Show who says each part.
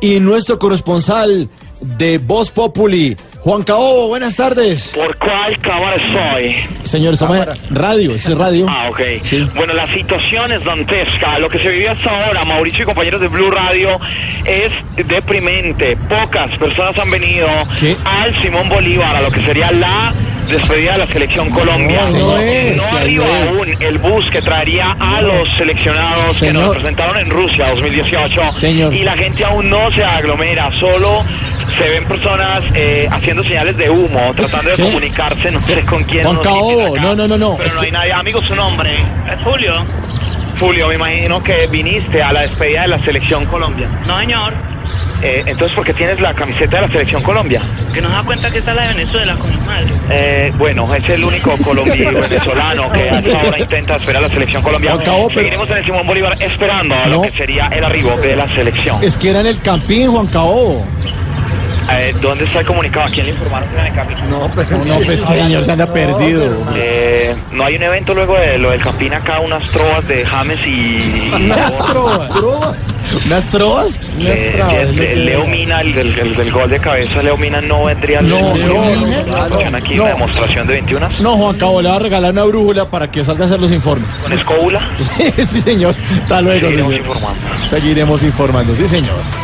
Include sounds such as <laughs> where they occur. Speaker 1: y nuestro corresponsal de Voz Populi, Juan Caobo. Buenas tardes.
Speaker 2: ¿Por cuál cámara soy?
Speaker 1: Señor, estamos en radio, es radio.
Speaker 2: Ah, ok.
Speaker 1: Sí.
Speaker 2: Bueno, la situación es dantesca. Lo que se vivió hasta ahora, Mauricio y compañeros de Blue Radio, es deprimente. Pocas personas han venido
Speaker 1: ¿Qué?
Speaker 2: al Simón Bolívar, a lo que sería la despedida de la selección Colombia.
Speaker 1: No, no es,
Speaker 2: No arriba
Speaker 1: no es.
Speaker 2: aún el bus que traería a los seleccionados que
Speaker 1: Señor.
Speaker 2: nos representaron en Rusia 2018.
Speaker 1: Señor.
Speaker 2: Y la gente aún no se aglomera, solo se ven personas eh, haciendo señales de humo, tratando de
Speaker 1: ¿Qué?
Speaker 2: comunicarse, no sé con quién.
Speaker 1: Juan
Speaker 2: no sé quién
Speaker 1: Caobo,
Speaker 2: está acá.
Speaker 1: no, no, no, no,
Speaker 2: Pero
Speaker 1: es
Speaker 2: no
Speaker 1: que-
Speaker 2: hay nadie. Amigo, su nombre. Es Julio. Julio, me imagino que viniste a la despedida de la selección Colombia.
Speaker 3: No, señor.
Speaker 2: Eh, entonces, ¿por qué tienes la camiseta de la selección Colombia?
Speaker 3: Que nos da cuenta que está la de Venezuela con mi madre.
Speaker 2: Eh, bueno, es el único colombiano venezolano que a esta hora intenta esperar a la selección Colombia.
Speaker 1: Acabó, pero-
Speaker 2: Seguiremos en el Simón Bolívar esperando a
Speaker 1: No.
Speaker 2: lo que sería el arribo de la selección.
Speaker 1: Es que era en el Campín, Juan Caobo.
Speaker 2: Eh, ¿Dónde está el comunicado? ¿A quién le informaron que era en el Campín?
Speaker 1: No, no, pues señor, se anda perdido.
Speaker 2: Eh, no hay un evento luego de lo del Campín acá, unas trovas de James y...
Speaker 1: Unas trovas. ¿Unas trovas?
Speaker 2: Eh, este, Leo Mina, el del, el del gol de cabeza, Leo Mina no vendría al
Speaker 1: No,
Speaker 2: Simón
Speaker 1: Leo
Speaker 2: Bolívar,
Speaker 1: Mina, claro.
Speaker 2: Están aquí
Speaker 1: No.
Speaker 2: una demostración de 21
Speaker 1: No, Juan Caobo, le va a regalar una brújula para que salga a hacer los informes. <laughs>
Speaker 2: con escóbula.
Speaker 1: Sí, sí, señor. Hasta luego,
Speaker 2: Seguiremos
Speaker 1: señor.
Speaker 2: informando.
Speaker 1: Seguiremos informando, sí, señor.